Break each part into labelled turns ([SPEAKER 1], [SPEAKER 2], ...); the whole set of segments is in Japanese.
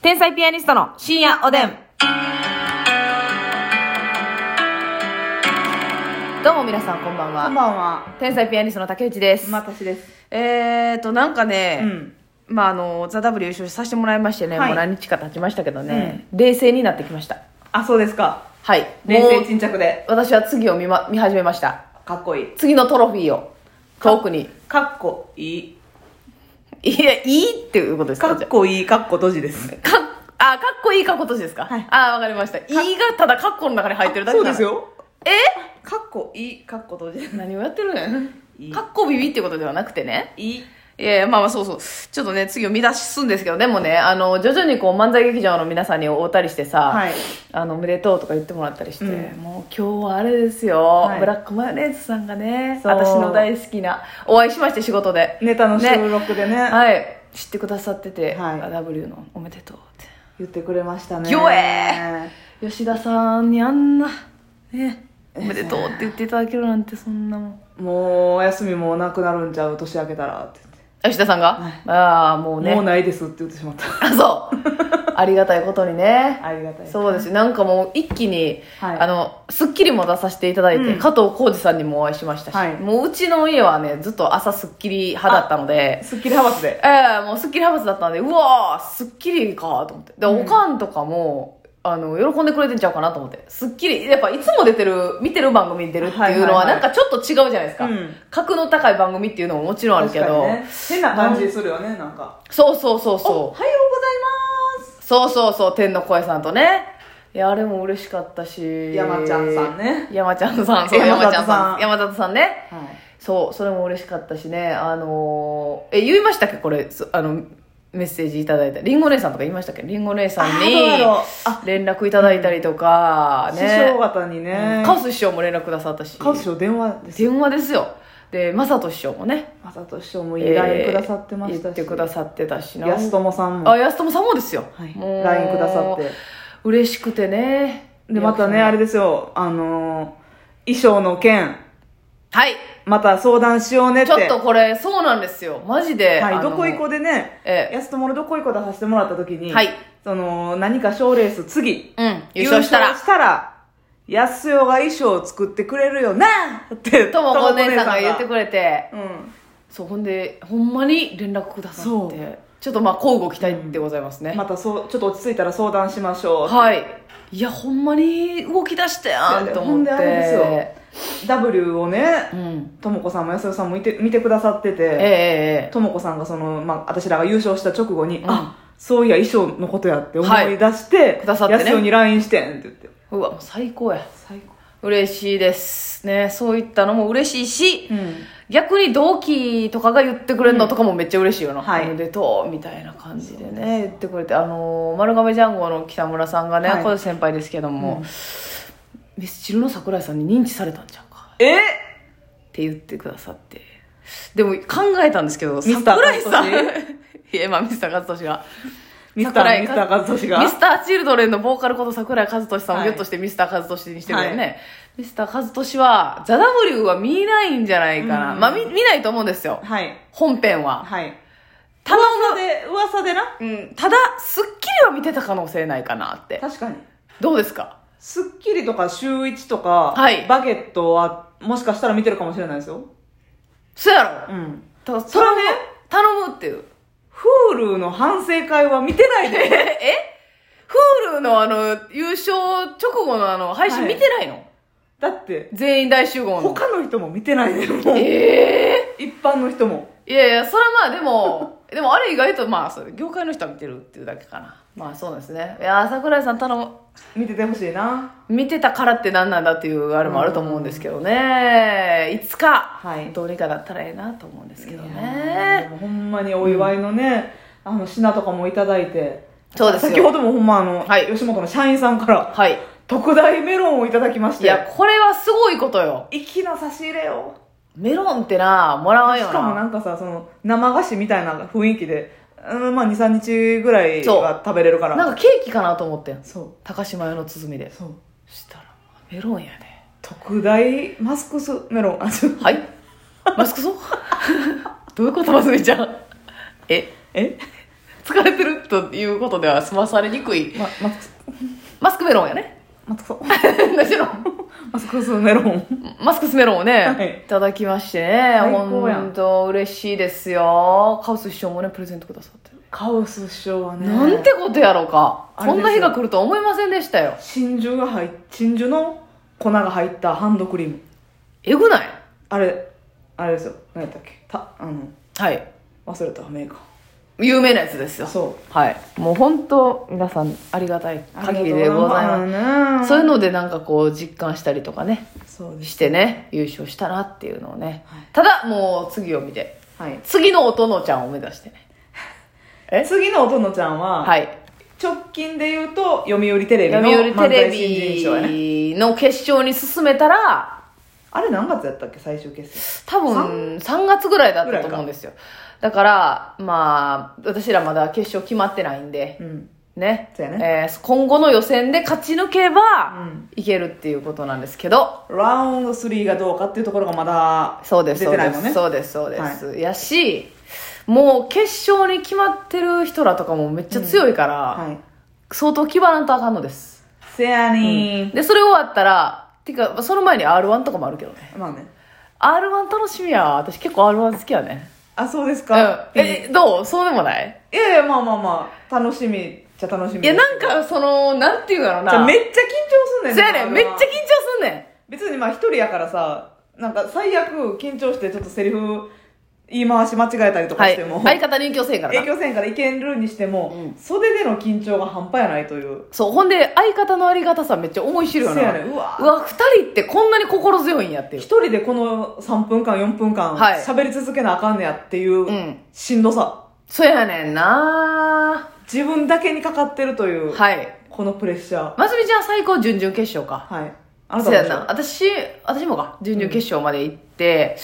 [SPEAKER 1] 天才ピアニストの深夜おでん。どうも皆さんこんばん
[SPEAKER 2] こん
[SPEAKER 1] は。
[SPEAKER 2] ばんは。
[SPEAKER 1] 天才ピアニストの竹内です。
[SPEAKER 2] 私です。
[SPEAKER 1] えーと、なんか
[SPEAKER 2] う
[SPEAKER 1] ね、
[SPEAKER 2] ん。
[SPEAKER 1] まああの、ザ・ W 優勝させてもらいましてね、
[SPEAKER 2] はい
[SPEAKER 1] もう何日か経ちましたけどね、冷静になってきました。
[SPEAKER 2] あ、そうですか。
[SPEAKER 1] はい。
[SPEAKER 2] 冷
[SPEAKER 1] も
[SPEAKER 2] 静
[SPEAKER 1] う
[SPEAKER 2] 沈着で。
[SPEAKER 1] 私は次を見,、ま、見始めました。
[SPEAKER 2] かっこいい。
[SPEAKER 1] 次のトロフィーを遠くに。
[SPEAKER 2] かっこいい。
[SPEAKER 1] いや、いいっていうことです
[SPEAKER 2] か
[SPEAKER 1] か
[SPEAKER 2] っ
[SPEAKER 1] じゃ
[SPEAKER 2] こいい、かっこ閉じです。
[SPEAKER 1] あかっあ、かっこいいか今年ですか、
[SPEAKER 2] はい
[SPEAKER 1] あ、わかりました。いいがただカッコの中に入ってるだけ
[SPEAKER 2] そう
[SPEAKER 1] なの
[SPEAKER 2] です。よ。
[SPEAKER 1] え
[SPEAKER 2] かっこいい、かっこ閉じです。
[SPEAKER 1] 何をやってるね
[SPEAKER 2] い
[SPEAKER 1] ん
[SPEAKER 2] い
[SPEAKER 1] カッコビビっていうことではなくてね。
[SPEAKER 2] いい。
[SPEAKER 1] いやいやまあまあそうそう。ちょっとね、次を見出すんですけど、でもね、あの、徐々にこう漫才劇場の皆さんにおったりしてさ、
[SPEAKER 2] はい
[SPEAKER 1] あの、おめでとうとか言ってもらったりして、
[SPEAKER 2] う
[SPEAKER 1] もう今日はあれですよ、
[SPEAKER 2] い
[SPEAKER 1] ブラックマヨネーズさんがね、
[SPEAKER 2] そう
[SPEAKER 1] 私の大好きな、お会いしまして仕事で。
[SPEAKER 2] ネタの収録でね、
[SPEAKER 1] はい。知ってくださってて、
[SPEAKER 2] はい
[SPEAKER 1] あ W のおめでとうって。
[SPEAKER 2] 言ってくれましたね。
[SPEAKER 1] ぎょえ吉田さんにあんな、ね、おめでとうって言っていただけるなんてそんなもん。
[SPEAKER 2] もう、お休みもなくなるんちゃう、年明けたらって言って
[SPEAKER 1] 吉田さんが、
[SPEAKER 2] はい
[SPEAKER 1] ああ、もうね。
[SPEAKER 2] もうないですって言ってし まった。
[SPEAKER 1] あ、 そう。ありがたいことにね。
[SPEAKER 2] ありがたい。
[SPEAKER 1] そうですよなんかもう一気に、
[SPEAKER 2] はい
[SPEAKER 1] あの、スッキリも出させていただいて、
[SPEAKER 2] うん
[SPEAKER 1] 加藤浩二さんにもお会いしましたし、
[SPEAKER 2] はい
[SPEAKER 1] もううちの家はね、ずっと朝スッキリ派だったので、
[SPEAKER 2] すっきり派閥で。
[SPEAKER 1] ええもうスッキリ派閥だったので、うわー、スッキリかと思って。で、
[SPEAKER 2] うん
[SPEAKER 1] おかんとかも、あの、喜んでくれてんちゃうかなと思って。スッキリ、やっぱいつも出てる、見てる番組に出るっていうのは、
[SPEAKER 2] はいはいはい
[SPEAKER 1] なんかちょっと違うじゃないですか、
[SPEAKER 2] うん
[SPEAKER 1] 格の高い番組っていうのももちろんあるけ
[SPEAKER 2] 確か
[SPEAKER 1] ど、
[SPEAKER 2] にね変な感じするよね、なんか。
[SPEAKER 1] そうそうそうそう
[SPEAKER 2] おはよございます。
[SPEAKER 1] う。そうそうそう、天の声さんとね。いや、あれも嬉しかったし。
[SPEAKER 2] 山ちゃんさんね。
[SPEAKER 1] 山ちゃんさん、そう、山
[SPEAKER 2] 山
[SPEAKER 1] ち
[SPEAKER 2] 里
[SPEAKER 1] ゃん
[SPEAKER 2] さ
[SPEAKER 1] さ
[SPEAKER 2] ん
[SPEAKER 1] ん。山里さんね。
[SPEAKER 2] はい。
[SPEAKER 1] そう、それも嬉しかったしね。あのーえ、言いましたっけこれ、そあの、メッセージいただいた。りんご姉さんとか言いましたっけりんご姉さんに
[SPEAKER 2] あーどうやろうあ
[SPEAKER 1] 連絡いただいたりとか、
[SPEAKER 2] 師匠
[SPEAKER 1] ね。
[SPEAKER 2] 方にね、
[SPEAKER 1] カウス師匠も連絡くださったし。
[SPEAKER 2] カウス師匠電話ですよ
[SPEAKER 1] 電話ですよ。で、マサト師匠もね。
[SPEAKER 2] まさと師匠もいい LINE くださってま
[SPEAKER 1] え
[SPEAKER 2] し
[SPEAKER 1] ー言
[SPEAKER 2] た
[SPEAKER 1] っ
[SPEAKER 2] して
[SPEAKER 1] くださってたしな。
[SPEAKER 2] 安友さんも
[SPEAKER 1] あ、安友さんもですよ。
[SPEAKER 2] はい
[SPEAKER 1] もう
[SPEAKER 2] LINE くださって
[SPEAKER 1] 嬉しくてね。
[SPEAKER 2] でまたねあれですよあのー衣装の件
[SPEAKER 1] はい。
[SPEAKER 2] また相談しようねって
[SPEAKER 1] ちょっとこれ、そうなんですよ。マジで。あ
[SPEAKER 2] はい、
[SPEAKER 1] の
[SPEAKER 2] どこいこでね、
[SPEAKER 1] ええ
[SPEAKER 2] 安友のどこいこ出させてもらった時に、
[SPEAKER 1] はい
[SPEAKER 2] その何か賞レース次
[SPEAKER 1] うん。優勝した
[SPEAKER 2] 優
[SPEAKER 1] ら
[SPEAKER 2] 勝。したら安代が衣装を作ってくれるよなって
[SPEAKER 1] ともこお姉さんが言って
[SPEAKER 2] れ
[SPEAKER 1] くれて。
[SPEAKER 2] うん
[SPEAKER 1] そう、ほんで、ほんまに連絡くださっ
[SPEAKER 2] そう
[SPEAKER 1] て。ちょっとまあ、交互期待でございますね。
[SPEAKER 2] またそうちょっと落ち着いたら相談しましょう
[SPEAKER 1] はい。いや、ほんまに動き出したやんと思っ
[SPEAKER 2] ほんであれです
[SPEAKER 1] て。
[SPEAKER 2] W をね
[SPEAKER 1] うん。
[SPEAKER 2] ともこさんも安代さんもいて見てくださってて
[SPEAKER 1] ええええ。
[SPEAKER 2] ともこさんがその、まあ、私らが優勝した直後に、
[SPEAKER 1] うん
[SPEAKER 2] あそういや衣装のことやって思
[SPEAKER 1] はい
[SPEAKER 2] い出して、
[SPEAKER 1] くださってね
[SPEAKER 2] 安代に LINE してんって言って
[SPEAKER 1] うわ、もう最高や。
[SPEAKER 2] 最高
[SPEAKER 1] 嬉しいです。ね、そういったのも嬉しいし、
[SPEAKER 2] うん
[SPEAKER 1] 逆に同期とかが言ってくれるのとかもめっちゃ嬉しいよな、
[SPEAKER 2] はい
[SPEAKER 1] おめでとうみたいな感じでね言ってくれてあのー丸亀ジャンゴの北村さんがね、
[SPEAKER 2] はい
[SPEAKER 1] これ先輩ですけども、ミスチルの桜井さんに認知されたんちゃうか
[SPEAKER 2] え
[SPEAKER 1] って言ってくださってでも考えたんですけど
[SPEAKER 2] スター
[SPEAKER 1] 桜井さん い
[SPEAKER 2] 和俊
[SPEAKER 1] やまあミスター和俊が
[SPEAKER 2] ミスタ
[SPEAKER 1] 桜
[SPEAKER 2] ー
[SPEAKER 1] 井
[SPEAKER 2] ミスター和俊が
[SPEAKER 1] ミスターチルドレンのボーカルこと桜井和俊さんを
[SPEAKER 2] は
[SPEAKER 1] ギ
[SPEAKER 2] い
[SPEAKER 1] ュッとしてミスター和俊にしてるよね、
[SPEAKER 2] は
[SPEAKER 1] ミスター和俊はザ・ W は見ないんじゃないかな、
[SPEAKER 2] うん
[SPEAKER 1] まあ見見ないと思うんですよ
[SPEAKER 2] はい
[SPEAKER 1] 本編は
[SPEAKER 2] はい
[SPEAKER 1] ただ
[SPEAKER 2] 噂で噂でな
[SPEAKER 1] うん、ただ、スッキリは見てた可能性ないかなって。
[SPEAKER 2] 確かに
[SPEAKER 1] どうですか
[SPEAKER 2] 『スッキリ』とか『シューイチ』とか、
[SPEAKER 1] はい
[SPEAKER 2] バゲット』はもしかしたら見てるかもしれないですよ
[SPEAKER 1] そうや
[SPEAKER 2] う
[SPEAKER 1] ろ、
[SPEAKER 2] ん
[SPEAKER 1] た
[SPEAKER 2] それはね
[SPEAKER 1] 頼むっていう。
[SPEAKER 2] Hulu の反省会は見てない
[SPEAKER 1] え
[SPEAKER 2] で
[SPEAKER 1] え ?Hulu のあの、優勝直後のあの、配信
[SPEAKER 2] はい
[SPEAKER 1] 見てないの、
[SPEAKER 2] だって
[SPEAKER 1] 全員大集合の。
[SPEAKER 2] 他の人も見てないでもう
[SPEAKER 1] ええ
[SPEAKER 2] 一般の人も
[SPEAKER 1] いやいや、それはまあでも、でもあれ意外とまあ、それ業界の人は見てるっていうだけかな。まあそうなんですね。いやー、桜井さん頼む。
[SPEAKER 2] 見ててほしいな
[SPEAKER 1] 見てたからって何なんだっていうあれもあると思うんですけどね。いつか、
[SPEAKER 2] はい
[SPEAKER 1] どうにかだったらええなと思うんですけど
[SPEAKER 2] ね
[SPEAKER 1] ね。
[SPEAKER 2] ほんまにお祝いのね、あの品とかもいただいて
[SPEAKER 1] そうですよ。
[SPEAKER 2] 先ほどもほんまあの、
[SPEAKER 1] はい
[SPEAKER 2] 吉本の社員さんから
[SPEAKER 1] はい。
[SPEAKER 2] 特大メロンをいただきまし
[SPEAKER 1] いや、
[SPEAKER 2] て
[SPEAKER 1] これはすごいことよ。
[SPEAKER 2] 粋な差し入れを
[SPEAKER 1] メロンってな、もらわん
[SPEAKER 2] し
[SPEAKER 1] よ
[SPEAKER 2] かもな
[SPEAKER 1] な。
[SPEAKER 2] んかさその生菓子みたいな雰囲気で、うん、まあ23日ぐらいは食べれるから
[SPEAKER 1] なんかケーキかなと思ってん。
[SPEAKER 2] そう
[SPEAKER 1] 高島屋の鼓で。
[SPEAKER 2] そう
[SPEAKER 1] したら、メロンやで。
[SPEAKER 2] 特大マスクスメロンあちょ
[SPEAKER 1] はい マスクソどういうことマスミちゃん。え、
[SPEAKER 2] え
[SPEAKER 1] 疲れてるということでは済まされにくい。
[SPEAKER 2] ま、マスク、
[SPEAKER 1] マスクメロンやね。
[SPEAKER 2] マスクソ、
[SPEAKER 1] もちろん。
[SPEAKER 2] マスクソメロン。
[SPEAKER 1] マスクスメロンをね、
[SPEAKER 2] はい
[SPEAKER 1] い、ただきましてね、
[SPEAKER 2] 最高やん
[SPEAKER 1] 本当嬉しいですよ。カオス師匠もね、プレゼントくださって。
[SPEAKER 2] カオス師匠はね、
[SPEAKER 1] なんてことやろうか。
[SPEAKER 2] あれ
[SPEAKER 1] こ
[SPEAKER 2] です
[SPEAKER 1] ん
[SPEAKER 2] よ
[SPEAKER 1] な日が来るとは思いませんでしたよ。
[SPEAKER 2] 真珠が入っ、真珠の粉が入ったハンドクリーム。
[SPEAKER 1] えぐない
[SPEAKER 2] あれ、あれですよ。何やったっけた、あの、
[SPEAKER 1] はい。
[SPEAKER 2] 忘れたメーカ
[SPEAKER 1] 有名なやつです
[SPEAKER 2] ー。
[SPEAKER 1] よ。
[SPEAKER 2] そ。
[SPEAKER 1] はい。もう本当、皆さんありがたいう限りでございます。
[SPEAKER 2] ます
[SPEAKER 1] そういうのでなんかこう実感したりとかね、
[SPEAKER 2] そうです。
[SPEAKER 1] してね、優勝したなっていうのをね
[SPEAKER 2] はい。
[SPEAKER 1] ただ、もう次を見て、
[SPEAKER 2] はい。
[SPEAKER 1] 次のおとのちゃんを目指してね。え
[SPEAKER 2] 次のおとのちゃんは、
[SPEAKER 1] はい。
[SPEAKER 2] 直近で言うと、読売テレビの
[SPEAKER 1] 読売テレ
[SPEAKER 2] 漫才新人賞やね。
[SPEAKER 1] ビの決勝に進めたら
[SPEAKER 2] あれ何月やったっけ最終決戦。
[SPEAKER 1] 多分3月ぐらいだったと思うんですよだからまあ私らまだ決勝決まってないんで
[SPEAKER 2] うん。
[SPEAKER 1] ね
[SPEAKER 2] そうやね
[SPEAKER 1] えー今後の予選で勝ち抜けば、
[SPEAKER 2] うん
[SPEAKER 1] いけるっていうことなんですけど
[SPEAKER 2] ラウンド3がどうかっていうところがまだ、
[SPEAKER 1] そうです
[SPEAKER 2] 出
[SPEAKER 1] そう
[SPEAKER 2] てない
[SPEAKER 1] で
[SPEAKER 2] も
[SPEAKER 1] す、
[SPEAKER 2] んね
[SPEAKER 1] そうですそうです、やしもう決勝に決まってる人らとかもめっちゃ強いから、
[SPEAKER 2] はい。
[SPEAKER 1] 相当気張らんとあかんのです、
[SPEAKER 2] せやに
[SPEAKER 1] でそれ終わったらていうかその前に r 1とかもあるけどね
[SPEAKER 2] まあね。
[SPEAKER 1] R1 楽しみやわ私結構 R1 好きやね
[SPEAKER 2] あ、そうです
[SPEAKER 1] う
[SPEAKER 2] か
[SPEAKER 1] ん。えどうそうでもない
[SPEAKER 2] いやいや、まあまあまあ、楽しみっちゃ楽しみ。
[SPEAKER 1] いやなんかそのなんていうんだろうな
[SPEAKER 2] じゃあめ
[SPEAKER 1] っち
[SPEAKER 2] っちゃ緊張すんねん
[SPEAKER 1] ゃやねんめっちゃ緊張
[SPEAKER 2] ゃ
[SPEAKER 1] すんね
[SPEAKER 2] 別にまあ一人やからさ、なんか最悪緊張してちょっとセリフ言い回し間違えたりと
[SPEAKER 1] ん
[SPEAKER 2] か
[SPEAKER 1] はい
[SPEAKER 2] しても、
[SPEAKER 1] 相方に影響せえんから
[SPEAKER 2] 影
[SPEAKER 1] な
[SPEAKER 2] 響せんからいけるにしても、
[SPEAKER 1] うん
[SPEAKER 2] 袖での緊張が半端やないという。
[SPEAKER 1] そうほんで相方のありがたさめっちゃ思い知るよ
[SPEAKER 2] せや
[SPEAKER 1] な
[SPEAKER 2] ねんうわ
[SPEAKER 1] うわ二人ってこんなに心強いんやっていう
[SPEAKER 2] 一人でこの3分間、4分間、
[SPEAKER 1] はい
[SPEAKER 2] 喋り続けなあかんねやっていううんしんどさ。
[SPEAKER 1] そうやねんな
[SPEAKER 2] 自分だけにかかってるという、
[SPEAKER 1] はい
[SPEAKER 2] このプレッシャー。
[SPEAKER 1] ますみちゃん最高準々決勝か
[SPEAKER 2] はい。あな
[SPEAKER 1] そう
[SPEAKER 2] たもで
[SPEAKER 1] や
[SPEAKER 2] しょ
[SPEAKER 1] な私私もか準々決勝まで行って、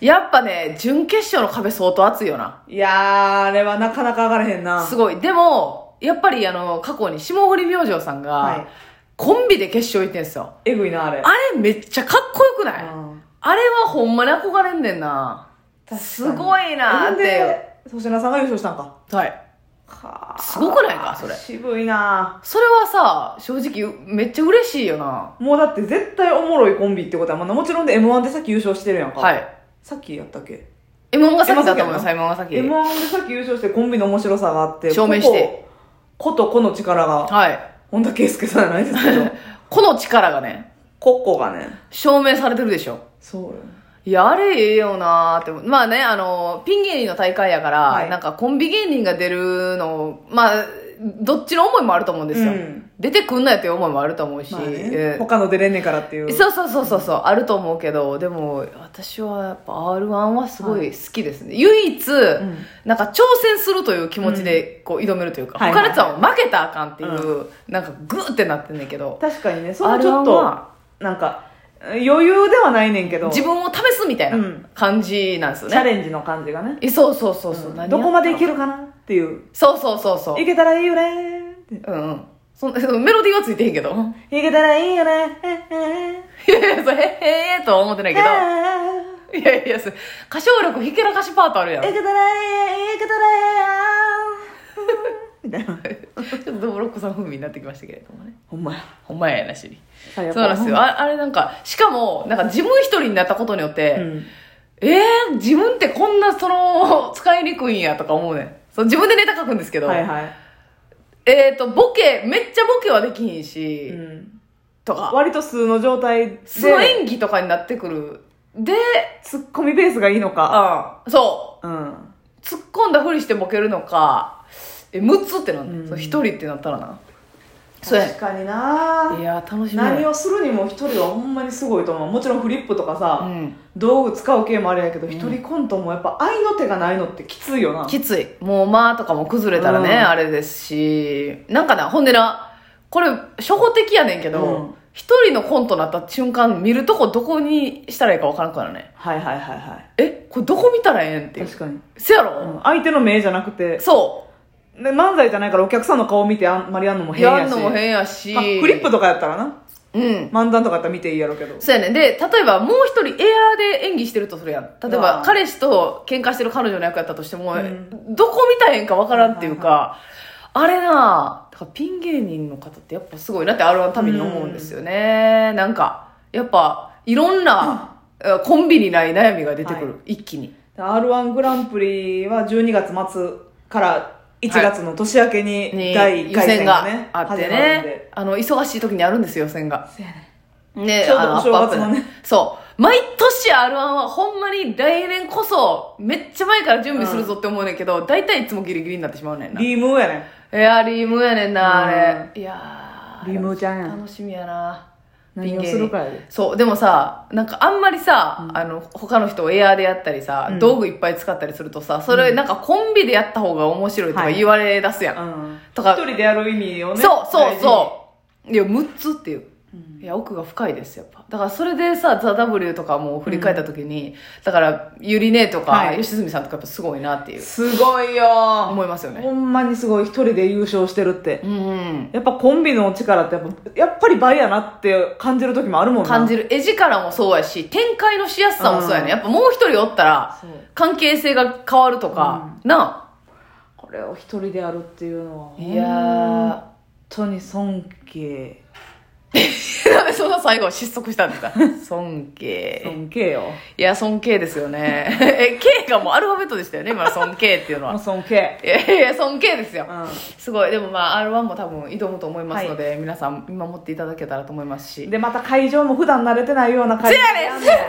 [SPEAKER 1] やっぱね準決勝の壁相当熱いよない
[SPEAKER 2] やー、あれはなかなか上がれへんな。
[SPEAKER 1] すごい。でも、やっぱりあの、過去に霜降り明星さんが、
[SPEAKER 2] はい
[SPEAKER 1] コンビで決勝行ってんすよ。
[SPEAKER 2] えぐいな、あれ。
[SPEAKER 1] あれめっちゃかっこよくない、
[SPEAKER 2] うん
[SPEAKER 1] あれはほんまに憧れんねんな。
[SPEAKER 2] 確かに
[SPEAKER 1] すごいなーっ
[SPEAKER 2] ほん
[SPEAKER 1] て。
[SPEAKER 2] で、粗品さんが優勝したんか。
[SPEAKER 1] はい。
[SPEAKER 2] は
[SPEAKER 1] すごくないかそれ
[SPEAKER 2] 渋いな
[SPEAKER 1] それはさ、正直めっちゃ嬉しいよな。
[SPEAKER 2] もうだって絶対おもろいコンビってことは、まあ、もちろんで M1 でさっき優勝してるやんか。
[SPEAKER 1] は。い。
[SPEAKER 2] さっきやったっけ
[SPEAKER 1] M1 が先だと思います、
[SPEAKER 2] M1
[SPEAKER 1] M1 が先。
[SPEAKER 2] ?M1 でさっき優勝してコンビの面白さがあって、
[SPEAKER 1] 証明して
[SPEAKER 2] ここ。ことこの力が、
[SPEAKER 1] はい。
[SPEAKER 2] 本田圭佑さんじゃないですけど、
[SPEAKER 1] この力がね、
[SPEAKER 2] ここがね。
[SPEAKER 1] 証明されてるでしょ。
[SPEAKER 2] そうよ。
[SPEAKER 1] いや、あれええよなーって思う。まあね、あの、ピン芸人の大会やから、
[SPEAKER 2] はい
[SPEAKER 1] なんかコンビ芸人が出るの、まあ、どっちの思いもあると思うんですよ。
[SPEAKER 2] うん
[SPEAKER 1] 出てくんなよっていう思いもあると思うし、
[SPEAKER 2] まあね
[SPEAKER 1] え。ー
[SPEAKER 2] 他の出れんねえからっていう。
[SPEAKER 1] そうそうそうそうそう、あると思うけど、でも、私はやっぱ R1 はすごい好きですね。唯一、
[SPEAKER 2] ん
[SPEAKER 1] なんか挑戦するという気持ちで、こう、挑めるというか、
[SPEAKER 2] はいは
[SPEAKER 1] 他の
[SPEAKER 2] いはい
[SPEAKER 1] やつは負けたらあかんっていう、なんかグーってなってんねんけど、
[SPEAKER 2] 確かにね、そのちょっ
[SPEAKER 1] R1
[SPEAKER 2] と
[SPEAKER 1] は、
[SPEAKER 2] なんか、余裕ではないねんけど、
[SPEAKER 1] 自分を試すみたいうなん感じなんですよ
[SPEAKER 2] チャ
[SPEAKER 1] ね。
[SPEAKER 2] レンジの感じがね。
[SPEAKER 1] えそうそうそうそう、何やった
[SPEAKER 2] ど
[SPEAKER 1] の
[SPEAKER 2] こまでいけるかなっていう。
[SPEAKER 1] そうそうそうそう。
[SPEAKER 2] いけたらいいよねって。い
[SPEAKER 1] うんうん。そんメロディーはついてへんけど。
[SPEAKER 2] けたらいいよねえええ
[SPEAKER 1] いやいや、それ、へーへーとは思ってないけど。
[SPEAKER 2] え
[SPEAKER 1] いやいや、それ歌唱力ひけらかしパートあるやん。
[SPEAKER 2] えいけたらいい、いけたらいいよみた いな。
[SPEAKER 1] ちょっとドブロックさん風味になってきましたけれどもね。
[SPEAKER 2] ほんまや。
[SPEAKER 1] ほんまやなしに。
[SPEAKER 2] そ
[SPEAKER 1] そうなんですよ。。ああれなんか、しかも、なんか自分一人になったことによって、
[SPEAKER 2] うん。
[SPEAKER 1] えー、自分ってこんな、その、 使いにくいんやとか思うねん。そう自分でネタ書くんですけど、
[SPEAKER 2] はいはい。
[SPEAKER 1] えっ、と、ボケ、めっちゃボケはできひんし、
[SPEAKER 2] うん、
[SPEAKER 1] とか、
[SPEAKER 2] 割と素の状態で、
[SPEAKER 1] その演技とかになってくる。で、
[SPEAKER 2] ツッコミベースがいいのか。
[SPEAKER 1] あそう、
[SPEAKER 2] うん。
[SPEAKER 1] 突っ込んだふりしてボケるのかえ6つってなん
[SPEAKER 2] うん
[SPEAKER 1] だ一人ってなったらなそうや
[SPEAKER 2] 確かにない
[SPEAKER 1] やー楽しみや
[SPEAKER 2] 何をするにも一人はほんまにすごいと思う。もちろんフリップとかさ、
[SPEAKER 1] うん
[SPEAKER 2] 道具使う系もあれやけど一、人コントもやっぱ愛の手がないのってきついよな
[SPEAKER 1] きついもう「まあ」とかも崩れたらね、
[SPEAKER 2] うん
[SPEAKER 1] あれですしなんかなほんでなこれ初歩的やねんけ
[SPEAKER 2] う
[SPEAKER 1] ど
[SPEAKER 2] ん
[SPEAKER 1] 一、人のコントなった瞬間見るとこどこにしたらいいかわからんからね
[SPEAKER 2] はいはいはいはい
[SPEAKER 1] えこれどこ見たらええんっていう
[SPEAKER 2] 確かに、
[SPEAKER 1] せや
[SPEAKER 2] う
[SPEAKER 1] ろ、
[SPEAKER 2] ん相手の目じゃなくて
[SPEAKER 1] そ
[SPEAKER 2] ね漫才じゃないからお客さんの顔見てあんまりやんのも
[SPEAKER 1] う
[SPEAKER 2] 変やし
[SPEAKER 1] やんのも変やし、
[SPEAKER 2] まあフリップとかやったらな
[SPEAKER 1] うん
[SPEAKER 2] 漫談とかやったら見ていいやろうけど
[SPEAKER 1] そうやねんで例えばもう一人エアーで演技してるとするやん例え
[SPEAKER 2] う
[SPEAKER 1] ば
[SPEAKER 2] わ
[SPEAKER 1] 彼氏と喧嘩してる彼女の役やったとしても、
[SPEAKER 2] ん
[SPEAKER 1] どこ見たらええんかわからんっていうか、あれなだからピン芸人の方ってやっぱすごいなって r 1ために思うんですよね、なんかやっぱいろんな、えコンビにない悩みが出てくる、
[SPEAKER 2] は
[SPEAKER 1] 一気に
[SPEAKER 2] r 1グランプリは12月末から1月の年明けに
[SPEAKER 1] に
[SPEAKER 2] 第1
[SPEAKER 1] 予
[SPEAKER 2] 回
[SPEAKER 1] 選
[SPEAKER 2] 戦
[SPEAKER 1] が
[SPEAKER 2] がね
[SPEAKER 1] あって
[SPEAKER 2] 始まるんで
[SPEAKER 1] ねあの忙しい時にあるんですよ予選が
[SPEAKER 2] そうやね
[SPEAKER 1] ね
[SPEAKER 2] ちょうど
[SPEAKER 1] あの
[SPEAKER 2] お正月のね
[SPEAKER 1] アップアップそう。毎年 R1 はほんまに来年こそめっちゃ前から準備するぞって思うねんけど、大体いつもギリギリになってしまうねんな。い
[SPEAKER 2] リームーやね
[SPEAKER 1] や、リームやねんな、あれ。いやー
[SPEAKER 2] リームちゃんや
[SPEAKER 1] 楽しみやな。
[SPEAKER 2] 何
[SPEAKER 1] ピン
[SPEAKER 2] を
[SPEAKER 1] 芸人
[SPEAKER 2] するかやで
[SPEAKER 1] そう、でもさ、なんかあんまりさ、あの、他の人をエアーでやったりさ、
[SPEAKER 2] ん
[SPEAKER 1] 道具いっぱい使ったりするとさ、それなんかコンビでやった方が面白いとか言われ出すやん。
[SPEAKER 2] うん
[SPEAKER 1] とか
[SPEAKER 2] 一人でやる意味をね
[SPEAKER 1] そうそう
[SPEAKER 2] 大
[SPEAKER 1] そう。いや、6つっていう。
[SPEAKER 2] 事に
[SPEAKER 1] いや、奥が深いです、やっぱ。だから、それでさ、ザ・ W とかも振り返ったときに、だから、ゆりねえとか、
[SPEAKER 2] はい
[SPEAKER 1] 吉住さんとかやっぱすごいなっていう、
[SPEAKER 2] すごいよ
[SPEAKER 1] 思いますよね。
[SPEAKER 2] ほんまにすごい一人で優勝してるって
[SPEAKER 1] うんうん。
[SPEAKER 2] やっぱコンビの力ってやっぱやっぱり倍やなって感じる時もあるもんな
[SPEAKER 1] 感じる。絵力もそうやし、展開のしやすさもそうや
[SPEAKER 2] う
[SPEAKER 1] ね。
[SPEAKER 2] ん
[SPEAKER 1] やっぱもう一人おったら
[SPEAKER 2] そう、
[SPEAKER 1] 関係性が変わるとか、な
[SPEAKER 2] これを一人でやるっていうのは
[SPEAKER 1] あいやー。
[SPEAKER 2] 本当に尊敬
[SPEAKER 1] なん でそんな最後失速したんです か尊敬。
[SPEAKER 2] 尊敬よ
[SPEAKER 1] いや、尊敬ですよね。 え、K がもうアルファベットでしたよね、今の尊敬っていうの
[SPEAKER 2] もう
[SPEAKER 1] は。
[SPEAKER 2] 尊敬
[SPEAKER 1] いやいや、尊敬ですよ。
[SPEAKER 2] う
[SPEAKER 1] すごいでもまあ R1 も多分挑むと思いますので、皆さん見守っていただけたらと思いますし
[SPEAKER 2] んでまた会場も普段慣れてないような会場
[SPEAKER 1] せやねんせやね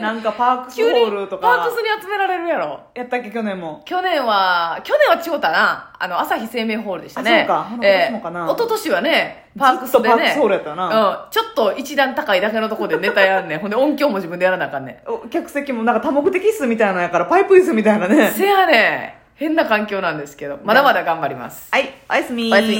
[SPEAKER 1] ん
[SPEAKER 2] なんかパークス
[SPEAKER 1] 急に
[SPEAKER 2] ホールと
[SPEAKER 1] パー
[SPEAKER 2] か
[SPEAKER 1] クスに集められるやろ
[SPEAKER 2] やったっけ去年も
[SPEAKER 1] 去年は去年は違うたなあの朝日生命ホールでしたね
[SPEAKER 2] あそうか
[SPEAKER 1] え
[SPEAKER 2] ほな今年もかな
[SPEAKER 1] え一昨年はねパークス
[SPEAKER 2] ずっと
[SPEAKER 1] で
[SPEAKER 2] パーク
[SPEAKER 1] ね
[SPEAKER 2] スホールやったな、
[SPEAKER 1] うん、ちょっと一段高いだけのとこでネタやんねんほんで音響も自分でやらなあかんね
[SPEAKER 2] お客席もなんか多目的椅子みたいなのやからパイプ椅子みたいなんね
[SPEAKER 1] せやねん変な環境なんですけどまだまだ頑張ります
[SPEAKER 2] はいおやすみ
[SPEAKER 1] おやすみ